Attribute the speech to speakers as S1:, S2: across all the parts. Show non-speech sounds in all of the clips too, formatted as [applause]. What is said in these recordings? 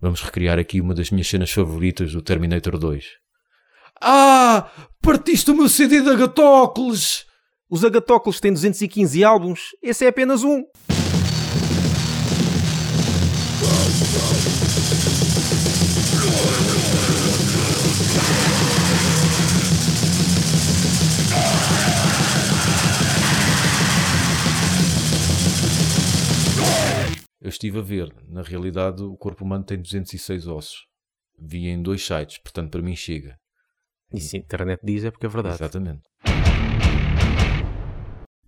S1: Vamos recriar aqui uma das minhas cenas favoritas do Terminator 2. Ah! Partiste o meu CD de Agatócles!
S2: Os Agatócles têm 215 álbuns, esse é apenas um.
S1: Eu estive a ver. Na realidade, o corpo humano tem 206 ossos. Vi em dois sites, portanto, para mim chega.
S2: E se a internet diz é porque é verdade.
S1: Exatamente.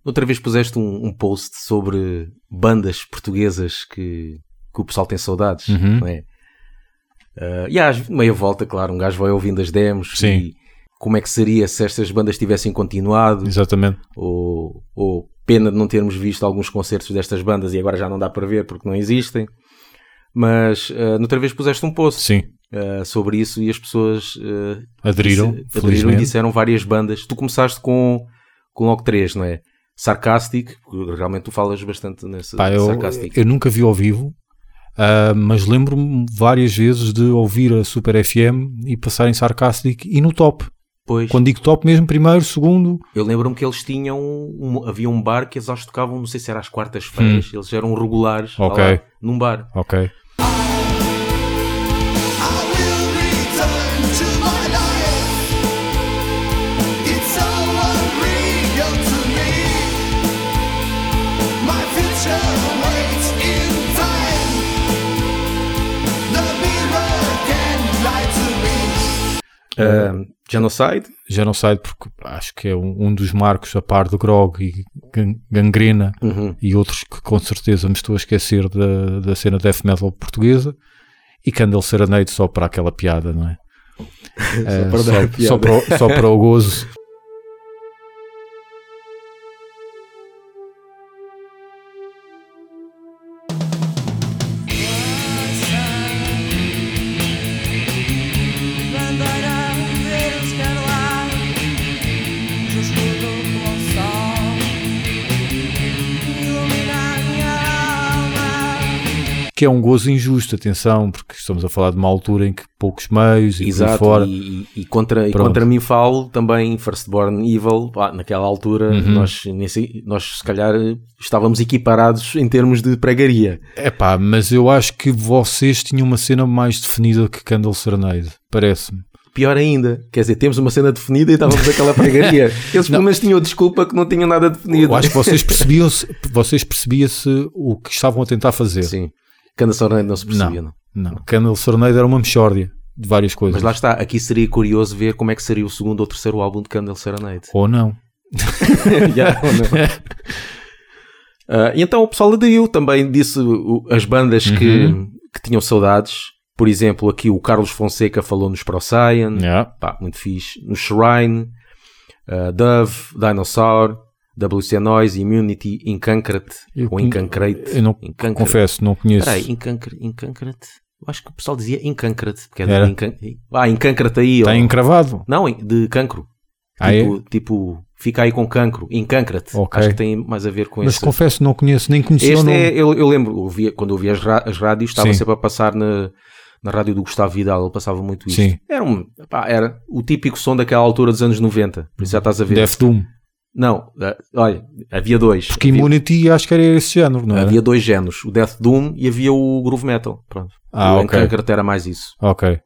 S2: Outra vez puseste um, um post sobre bandas portuguesas que, que o pessoal tem saudades,
S1: Uhum.
S2: não é? Ah, e às meia volta, claro, um gajo vai ouvindo as demos
S1: Sim.
S2: e como é que seria se estas bandas tivessem continuado
S1: Exatamente.
S2: ou, ou pena de não termos visto alguns concertos destas bandas e agora já não dá para ver porque não existem. Mas ah, noutra vez puseste um post
S1: Sim.
S2: ah, sobre isso e as pessoas ah,
S1: Aderiram,
S2: Disse- aderiram e
S1: felizmente.
S2: disseram várias bandas. Tu começaste com, com logo três, não é? Sarcastic, porque realmente tu falas bastante nessa
S1: Pá, eu,
S2: Sarcastic.
S1: eu nunca vi ao vivo, ah, mas lembro-me várias vezes de ouvir a Super FM e passar em Sarcastic e no top.
S2: Pois,
S1: Quando digo top mesmo, primeiro, segundo.
S2: eu lembro-me que eles tinham, um- havia um bar que eles acho que tocavam, não sei se era às quartas-feiras, eles eram regulares vá
S1: Hum. Ok.
S2: lá, num bar.
S1: Ok.
S3: I will return to my life. It's so unreal to me. My future waits in time. The mirror can lie to me.
S1: Um,
S2: Ah, Genocide,
S1: Já não sei porque acho que é um, um dos marcos a par do Grog e Gan- Gangrena
S2: Uhum.
S1: e outros que com certeza me estou a esquecer da, da cena death metal portuguesa e Candle Serenade só para aquela piada, não
S2: [laughs]
S1: é? Eh,
S2: para dar a piada.
S1: só para o- só para o gozo.
S3: Quando era ver os carvalhos, o escuro com o sol iluminar minha alma.
S1: que é um gozo injusto, atenção, porque estamos a falar de uma altura em que poucos meios e por aí
S2: exato,
S1: fora.
S2: e, e- e contra, e
S1: Pronto.
S2: contra mim falo também Firstborn Evil, pá, naquela altura
S1: Uhum.
S2: nós, nem sei- nós se calhar estávamos equiparados em termos de pregaria.
S1: É pá, mas eu acho que vocês tinham uma cena mais definida que Candle Serenade, parece-me.
S2: Pior ainda, quer dizer, temos uma cena definida e estávamos aquela
S1: [laughs]
S2: pregaria. Eles pelo menos tinham desculpa que não tinham nada definido.
S1: Eu acho que vocês percebiam-se vocês percebia-se o que estavam a tentar fazer.
S2: Sim. Candace Orlando não se percebia, não.
S1: Não, Candle Serenade era uma mexórdia de várias coisas.
S2: Mas lá está, aqui seria curioso ver como é que seria o segundo ou terceiro álbum de
S1: [laughs]
S2: Candle Serenade. [laughs]
S1: Ou não.
S2: Já,
S1: [laughs]
S2: ou não? Ah, e então o pessoal aderiu, também disse o- as bandas que,
S1: Uhum.
S2: que tinham saudades. Por exemplo, aqui o Carlos Fonseca falou-nos para o Cyan,
S1: Yeah.
S2: pá, muito fixe. No Shrine, ah, Dove, Dinosaur, WC Noise, Immunity, Incancrate,
S1: Eu
S2: ou
S1: con-
S2: Incancrate.
S1: Eu não
S2: Incancrate.
S1: confesso, não conheço.
S2: Peraí, Incancrate, Incancrate. Eu acho que o pessoal dizia Incancrate, porque é
S1: Era?
S2: de Incan... Ah, Incancrate aí, ó.
S1: Está encravado.
S2: Não, em- de cancro.
S1: Ah, é?
S2: tipo, tipo, fica aí com cancro, encâncrate.
S1: Ok.
S2: Acho que tem mais a ver com
S1: Mas
S2: isso.
S1: confesso, não conheço, nem conhecia o
S2: Este
S1: nome.
S2: é, eu, eu lembro, eu via- quando eu via as, ra- as rádios, estava
S1: Sim.
S2: sempre a passar na, na rádio do Gustavo Vidal, ele passava muito isto.
S1: Sim.
S2: Era, um, pá, era o típico som daquela altura dos anos 90, por isso já estás a ver.
S1: Death Doom.
S2: Não, eh, olha, havia dois.
S1: um. Porque
S2: havia,
S1: Immunity acho que era esse género, não é? era?
S2: havia dois géneros, o Death Doom e havia o Groove Metal. Pronto.
S1: Ah,
S2: o
S1: ok.
S2: Encâncrate era mais isso.
S1: Ok.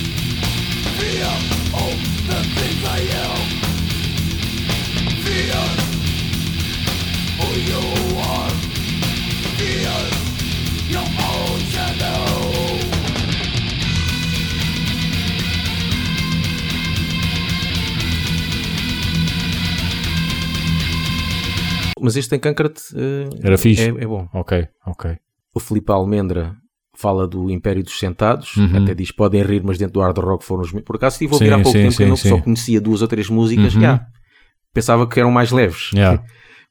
S3: Fear of the things I am. Fear who you are. Fear your own shadow.
S2: Mas este Encâncrate eh,
S1: Era fixe.
S2: é, é bom.
S1: Ok, ok.
S2: O Filipe Almendra fala do Império dos Sentados,
S1: Uhum.
S2: até diz podem rir, mas dentro do hard rock foram os. me-". Por acaso estive a ouvir
S1: Sim,
S2: há pouco
S1: sim,
S2: tempo,
S1: sim,
S2: eu não-
S1: sim.
S2: só conhecia duas ou três músicas,
S1: Uhum.
S2: já. pensava que eram mais leves.
S1: Yeah.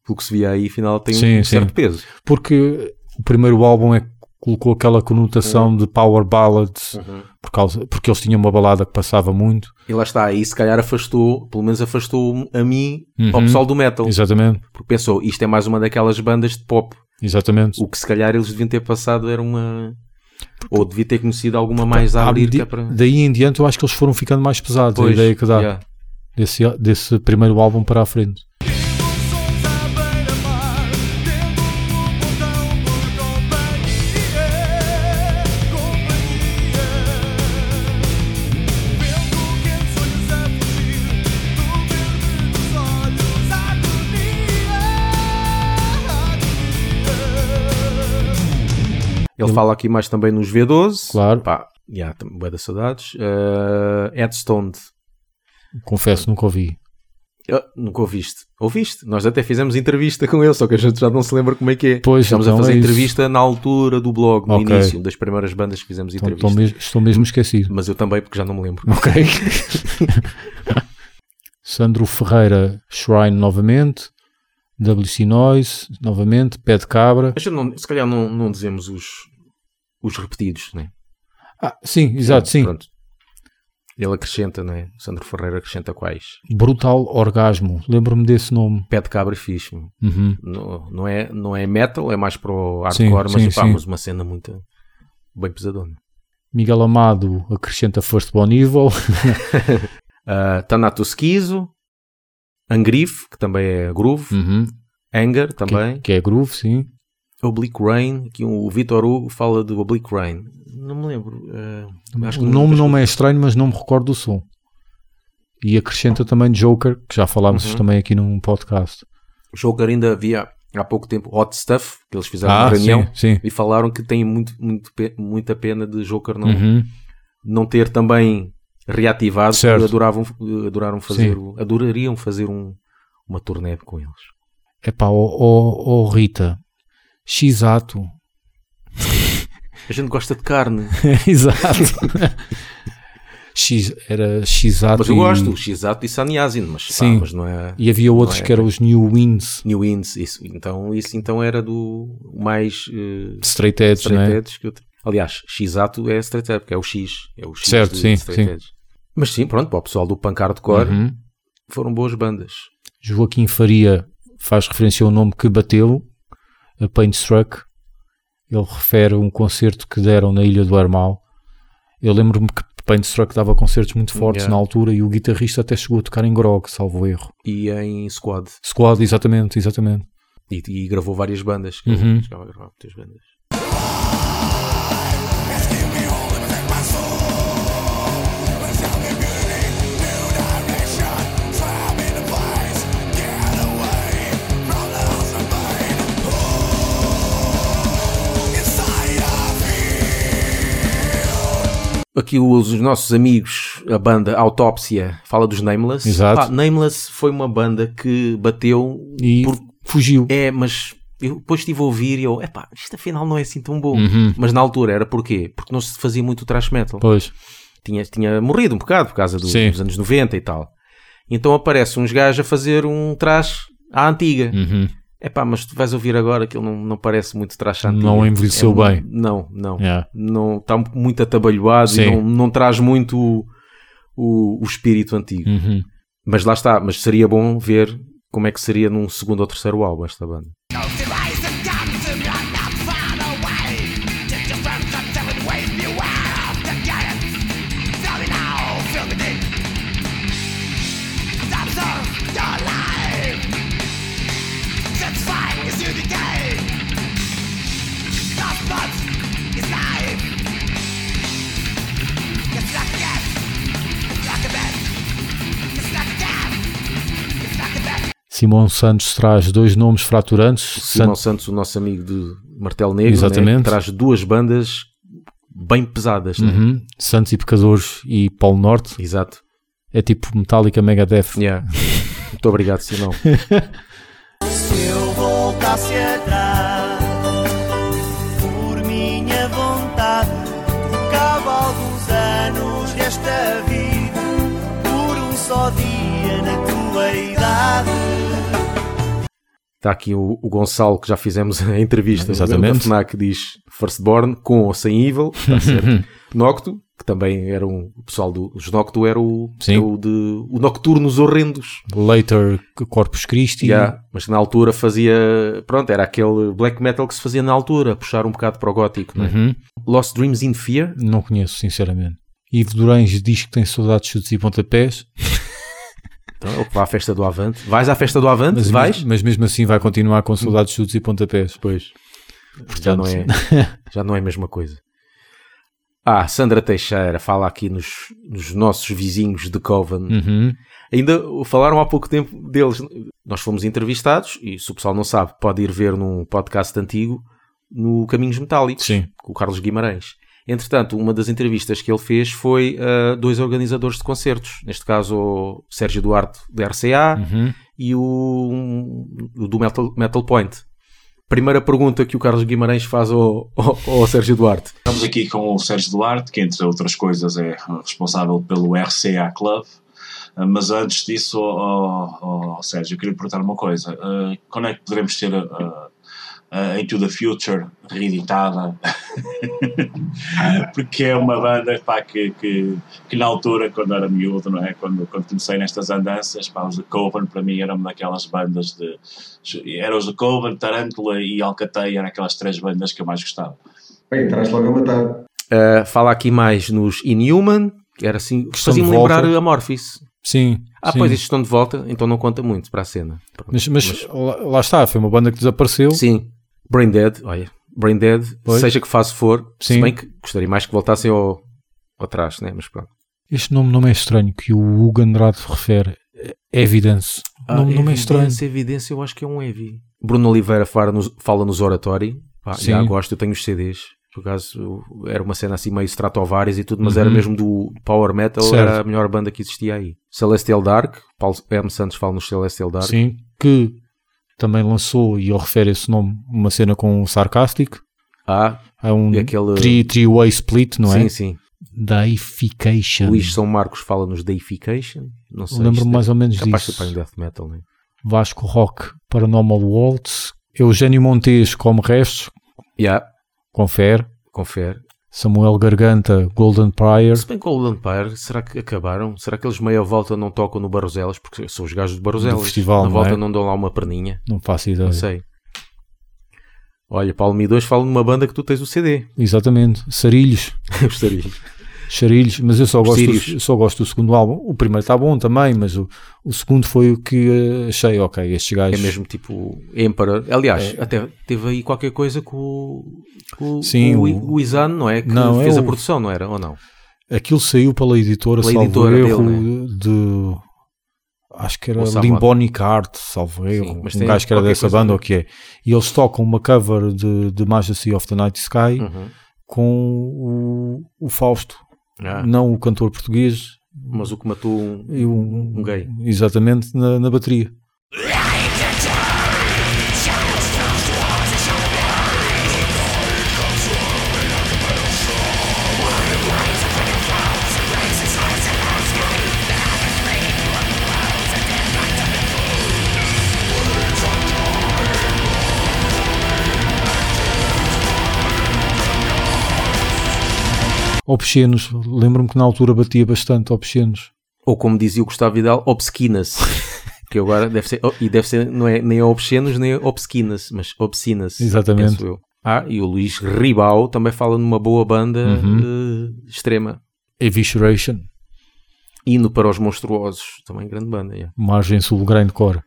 S2: Pelo que se via aí, afinal tem
S1: Sim,
S2: um certo
S1: sim.
S2: peso.
S1: Porque o primeiro álbum é que colocou aquela conotação
S2: Uhum.
S1: de power ballads por causa, porque eles tinham uma balada que passava muito.
S2: E lá está, aí se calhar afastou, pelo menos afastou a mim,
S1: Uhum.
S2: ao pessoal do metal,
S1: Exatamente.
S2: porque pensou, isto é mais uma daquelas bandas de pop
S1: Exatamente.
S2: O que se calhar eles deviam ter passado era uma. Ou devia ter conhecido alguma mais
S1: À
S2: a abrir que
S1: medi-
S2: é para.
S1: Daí em diante eu acho que eles foram ficando mais pesados, a
S2: Pois,
S1: ideia que dá
S2: yeah.
S1: desse, desse primeiro álbum para a frente.
S3: Somos à beira-mar, dentro do portão por companhia, companhia. Vendo quentes olhos a fugir, do verde dos olhos, agonia, agonia.
S2: Ele fala aqui mais também nos V12.
S1: Claro.
S2: Pá, yeah, também bué da saudades. Eh, Headstone.
S1: Confesso, nunca ouvi.
S2: Ah, nunca ouviste. Ouviste? Nós até fizemos entrevista com ele, só que a gente já não se lembra como é que é.
S1: Pois,
S2: Estamos
S1: então
S2: a fazer
S1: é isso.
S2: entrevista na altura do blog, no
S1: Ok.
S2: início, das primeiras bandas que fizemos
S1: Então,
S2: entrevista.
S1: estou, mesmo, estou mesmo
S2: [laughs]
S1: esquecido.
S2: Mas eu também, porque já não me lembro.
S1: Ok. [laughs] Sandro Ferreira Shrine novamente. WC Noise novamente. Pé de Cabra.
S2: Mas eu não- se calhar não, não dizemos os, os repetidos, né?
S1: Ah, sim, exato, sim.
S2: É, Pronto. Ele acrescenta, né? O Sandro Ferreira acrescenta quais?
S1: Brutal Orgasmo. Lembro-me desse nome.
S2: Pé de cabra é fixe. meu.
S1: Uhum.
S2: Não, não, é, não é metal, é mais para o
S1: Sim,
S2: hardcore,
S1: sim,
S2: mas, pá,
S1: sim.
S2: mas uma cena muito bem pesadona.
S1: Miguel Amado acrescenta First Bon Evil.
S2: Uh, Tanato Schizo, Angrifo, que também é groove,
S1: Uhum.
S2: Anger
S1: [laughs] Que-
S2: também,
S1: Que, é groove, sim.
S2: Oblique Rain, que o Vitor Hugo fala do Oblique Rain. Não me lembro. uh, acho que
S1: o nome
S2: nunca
S1: não me é estranho, mas não me recordo do som. E acrescenta também Joker, que já falámos
S2: Uhum.
S1: também aqui num podcast.
S2: Joker ainda havia há pouco tempo Hot Stuff, que eles fizeram
S1: ah,
S2: uma reunião
S1: sim, sim.
S2: e falaram que tem muito, muito, pe- muita pena de Joker não,
S1: Uhum.
S2: não ter também reativado, porque
S1: Certo.
S2: adoravam, eh, adoraram
S1: Sim.
S2: fazer, o- adorariam fazer um, uma turnê com eles.
S1: Epá, ó ó- ó, Rita,
S2: [laughs]
S1: X-ato.
S2: A gente gosta de carne,
S1: Exato. [laughs] X, era X-ato.
S2: mas eu
S1: e-
S2: gosto, X-Ato e Saniasin, mas,
S1: Ah,
S2: pá,
S1: Sim.
S2: mas não é
S1: E havia outros
S2: Não é?
S1: que eram os New Winds,
S2: New Inns, isso. Então, isso então era do mais eh,
S1: Straight Edge,
S2: straight
S1: né?
S2: edge que eu te- Aliás, X-Ato é straight edge, porque é o X, é o X
S1: Certo,
S2: de
S1: sim,
S2: straight
S1: sim.
S2: edge. Mas sim, pronto, para o pessoal do punk hardcore,
S1: Uhum.
S2: foram boas bandas.
S1: Joaquim Faria faz referência ao nome que bateu, a Painstruck. Ele refere um concerto que deram na Ilha do Armal. Eu lembro-me que Painstruck dava concertos muito fortes
S2: Yeah.
S1: na altura e o guitarrista até chegou a tocar em grog, salvo erro.
S2: E em squad.
S1: Squad, exatamente, exatamente.
S2: E, e gravou várias bandas. que
S1: Uhum.
S2: Chegava a gravar muitas bandas. Aqui os, os nossos amigos, a banda Autópsia, fala dos Nameless.
S1: Exato.
S2: Pá, Nameless foi uma banda que bateu
S1: E
S2: por-
S1: fugiu.
S2: é, mas eu depois estive a ouvir e eu, epá, isto afinal não é assim tão bom.
S1: Uhum.
S2: Mas na altura era porquê? Porque não se fazia muito thrash metal.
S1: Pois,
S2: Tinha, tinha morrido um bocado por causa do-
S1: Sim.
S2: dos anos 90 e tal. Então aparece uns gajos a fazer um thrash à antiga.
S1: Uhum.
S2: Epá, mas tu vais ouvir agora que ele não, não parece muito thrash à antiga.
S1: Não envelheceu
S2: É um-
S1: bem.
S2: Não, não.
S1: Yeah.
S2: Não, está muito atabalhoado
S1: Sim.
S2: e não, não traz muito o, o- o espírito antigo.
S1: Uhum.
S2: Mas lá está, mas seria bom ver como é que seria num segundo ou terceiro álbum esta banda.
S3: It's not a cat. It's not a bat. It's not a cat. It's not a bat.
S1: Simão Santos traz dois nomes fraturantes.
S2: Simão
S1: Sant-
S2: Santos, o nosso amigo de Martelo Negro,
S1: Exatamente.
S2: né, que traz duas bandas bem pesadas. né?
S1: Uhum. Santos e Pecadores e Paulo Norte.
S2: Exato.
S1: É tipo Metallica Megadeth.
S2: Yeah.
S1: [laughs]
S2: Muito obrigado, Simão.
S4: Se eu voltasse atrás, por minha vontade, tocava alguns anos desta vida, por um só
S3: e
S4: dia na tua idade.
S2: Está aqui o, o Gonçalo, que já fizemos [laughs] a entrevista.
S1: Exatamente. [laughs]
S2: Da FNAC diz Firstborn, com ou sem Evil. Está certo. Nocto, que também era um, o pessoal do os Noctu era o,
S1: Sim.
S2: era o de o Nocturnos Horrendos.
S1: Later Corpus Christi.
S2: Yeah, mas que na altura fazia, pronto, era aquele black metal que se fazia na altura, puxar um bocado para o gótico, não é?
S1: Uhum.
S2: Lost Dreams in Fear,
S1: Não conheço, sinceramente. Ivo Durães diz que tem saudades de chutes e pontapés,
S2: então é o que vai à festa do Avante. Vais à festa do Avante?
S1: mas,
S2: Vais?
S1: mes- mas mesmo assim vai continuar com saudades de chutes e pontapés.
S2: Pois. já não é,
S1: [laughs]
S2: já não é a mesma coisa. Ah, Sandra Teixeira fala aqui nos, nos nossos vizinhos de Coven.
S1: Uhum.
S2: Ainda falaram há pouco tempo deles. Nós fomos entrevistados, e se o pessoal não sabe, pode ir ver num podcast antigo no Caminhos Metálicos,
S1: Sim.
S2: com o Carlos Guimarães. Entretanto, uma das entrevistas que ele fez foi a dois organizadores de concertos, neste caso o Sérgio Duarte da RCA
S1: Uhum.
S2: e o, o do Metal, Metal Point. Primeira pergunta que o Carlos Guimarães faz ao, ao, ao Sérgio Duarte.
S5: Estamos aqui com o Sérgio Duarte, que entre outras coisas é responsável pelo RCA Club. Ah, Mas antes disso, ó- ó- ó, Sérgio, eu queria perguntar uma coisa. Ah, quando é que poderemos ter ah, a Into the Future reeditada? [laughs] Porque é uma banda pá, que, que, que na altura, quando era miúdo, não é? quando, quando comecei nestas andanças, pá, os de Coven para mim eram uma daquelas bandas de... Eram os de Coven, Tarântula e Alcateia, eram aquelas três bandas que eu mais gostava.
S6: Bem, traz logo a matar.
S2: Ah, fala aqui mais nos Inhuman, que era assim,
S1: Estão de
S2: fazia-me lembrar
S1: volta.
S2: a Morphis.
S1: Sim.
S2: Ah,
S1: sim.
S2: pois, estes estão de volta, então não conta muito para a cena. Pronto.
S1: Mas, mas lá lá está, foi uma banda que desapareceu.
S2: Sim, Brain Dead, olha, Brain Dead,
S1: Pois.
S2: seja que fase for,
S1: Sim.
S2: se bem que gostaria mais que voltassem ao, ao trás, né? Mas pronto.
S1: Este nome não é estranho que o Hugo Andrade refere. Evidence.
S2: Ah,
S1: nome não é estranho.
S2: Evidência, evidência, eu acho que é um heavy. Bruno Oliveira fala nos, fala nos Oratório, Pá,
S1: Sim.
S2: já gosto, eu tenho os CDs. Por acaso eu- era uma cena assim meio Stratovarius e tudo, mas era
S1: Uhum.
S2: mesmo do Power Metal,
S1: Certo.
S2: era a melhor banda que existia aí. Celestial Dark, Paulo M. Santos fala nos Celestial Dark.
S1: Sim, que também lançou, e ele refere esse nome, uma cena com o Sarcastic.
S2: Ah,
S1: É um
S2: E aquele-
S1: tri- three-way split, não
S2: sim,
S1: é?
S2: sim.
S1: Deification.
S2: Luís São Marcos fala nos Deification. Não sei.
S1: Lembro-me mais ou menos
S2: disso. Capaz de ser
S1: disso.
S2: para um death metal, né?
S1: Vasco Rock, Paranormal Waltz. Eugênio Montes, Come Restos,
S2: Yeah,
S1: confere.
S2: confere.
S1: Samuel Garganta, Golden Prior.
S2: Se bem que o Golden Pyre, será que acabaram? Será que eles meia volta não tocam no Barroselas? Porque são os gajos de Barroselas.
S1: Do festival,
S2: Na
S1: não
S2: volta
S1: é?
S2: não dão lá uma perninha.
S1: Não faço
S2: Não
S1: ideia.
S2: sei. Olha, Paulo Mi 2 fala numa banda que tu tens
S1: [laughs]
S2: o CD.
S1: Exatamente. Sarilhos.
S2: Gostaria.
S1: Charilhos, mas eu só gosto,
S2: Sírios.
S1: eu só gosto do segundo álbum. O primeiro está bom também, mas o, o segundo foi o que eh, achei, ok, estes
S2: É
S1: gajos.
S2: mesmo tipo Emperor. Aliás,
S1: É.
S2: até teve aí qualquer coisa com, o- com o-
S1: Sim,
S2: o,
S1: o-
S2: o Izan, não é? Que
S1: Não, é
S2: fez a
S1: o-
S2: produção, não era? Ou não?
S1: Aquilo saiu pela editora,
S2: Pela
S1: salvo
S2: editora
S1: erro,
S2: dele, né?
S1: de. Acho que era
S2: Ou Salmon.
S1: Limbonic Art, salvo erro.
S2: Sim, mas
S1: um
S2: tem
S1: gajo que era
S2: qualquer
S1: dessa
S2: coisa
S1: banda, ou que é. E eles tocam uma cover de, de Majesty of the Night Sky
S2: Uhum.
S1: com o, o Fausto,
S2: Ah,
S1: não o cantor português,
S2: mas o que matou um-
S1: e um,
S2: Um gay.
S1: Exatamente, na, na bateria. Obscenos, lembro-me que na altura batia bastante obscenos.
S2: ou como dizia o Gustavo Vidal, obsquinas. que agora deve ser, oh, e deve ser, não é nem obscenos nem obsquinas, mas obscinas.
S1: Exatamente.
S2: penso eu. Ah, e o Luís Ribau também fala numa boa banda eh, extrema.
S1: Evisceration,
S2: Hino para os Monstruosos, também grande banda. yeah.
S1: margem sul grindcore.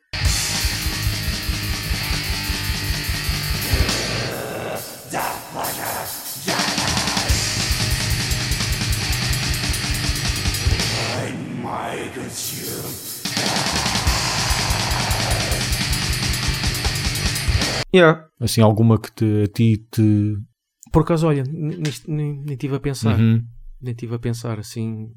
S2: Yeah.
S1: Assim, alguma que te, a ti te.
S2: Por acaso, olha, n- nisto nem, nem tive a pensar.
S1: Uhum.
S2: Nem tive a pensar assim.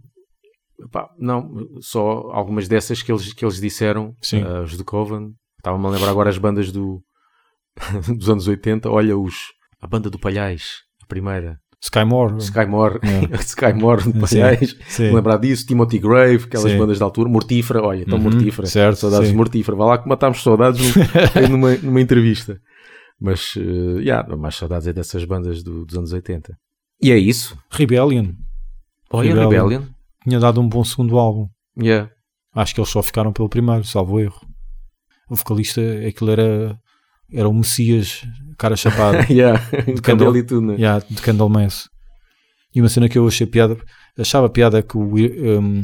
S2: Epá, não, só algumas dessas que eles, que eles disseram,
S1: Sim.
S2: ah, os de Coven. Estava-me a lembrar agora as bandas do, [laughs] dos anos 80. Olha, os, a banda do Palhais, a primeira.
S1: Skymore.
S2: Skymore, [laughs]
S1: É.
S2: Skymore do
S1: Sim.
S2: Palhais.
S1: assim, Sim.
S2: Lembrar disso, Timothy Grave, aquelas
S1: Sim.
S2: bandas da altura, Mortífera, olha, tão
S1: Uhum,
S2: Mortífera,
S1: certo,
S2: saudades
S1: sim.
S2: de Mortífera, vai lá que matámos
S1: [laughs]
S2: saudades no- aí numa, numa entrevista. Mas, eh, yeah, mais saudades é dessas bandas do- dos anos 80. E é isso,
S1: Rebellion.
S2: Olha,
S1: Rebellion.
S2: Rebellion.
S1: Tinha dado um bom segundo álbum.
S2: Yeah.
S1: Acho que eles só ficaram pelo primeiro, salvo erro. O vocalista, aquilo era, era o Messias, cara chapada,
S2: [laughs] yeah.
S1: De
S2: Cabelo
S1: cabelo.
S2: e tudo, né?
S1: yeah, de Candlemass. E uma cena que eu achei piada, achava piada é que o ir- um,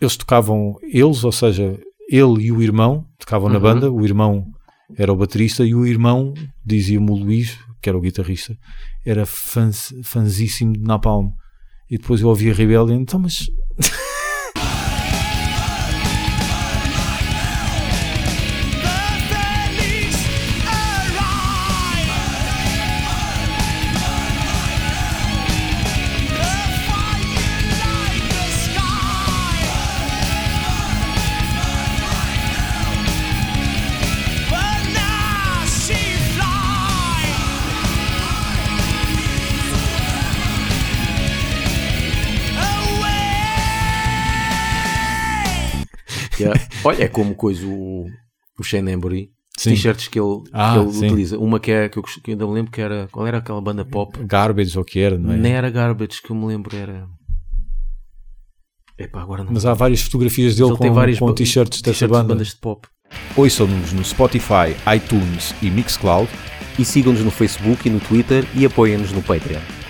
S1: eles tocavam, eles, ou seja, ele e o irmão tocavam na
S2: Uhum.
S1: banda, o irmão era o baterista e o irmão, dizia-me o Luís, que era o guitarrista, era fãs, fãzíssimo de Napalm. E depois eu ouvi a Rebellion, então, mas
S2: Yeah. [laughs] Olha, é como coisa o, o Shane Embury. Os
S1: Sim.
S2: t-shirts que ele,
S1: Ah,
S2: que ele
S1: sim.
S2: utiliza. Uma que, é, que, eu, gost- que eu ainda me lembro que era. Qual era aquela banda pop?
S1: garbage ou que era, não é?
S2: Nem era Garbage, que eu me lembro era. Epá, agora não.
S1: Mas há várias fotografias dele
S2: Ele tem
S1: com,
S2: várias
S1: com
S2: ba-
S1: t-shirts dessa
S2: t-shirts de
S1: banda.
S2: bandas de pop.
S7: Ouçam-nos no Spotify, iTunes e Mixcloud
S8: E sigam-nos no Facebook e no Twitter e apoiem-nos no Patreon.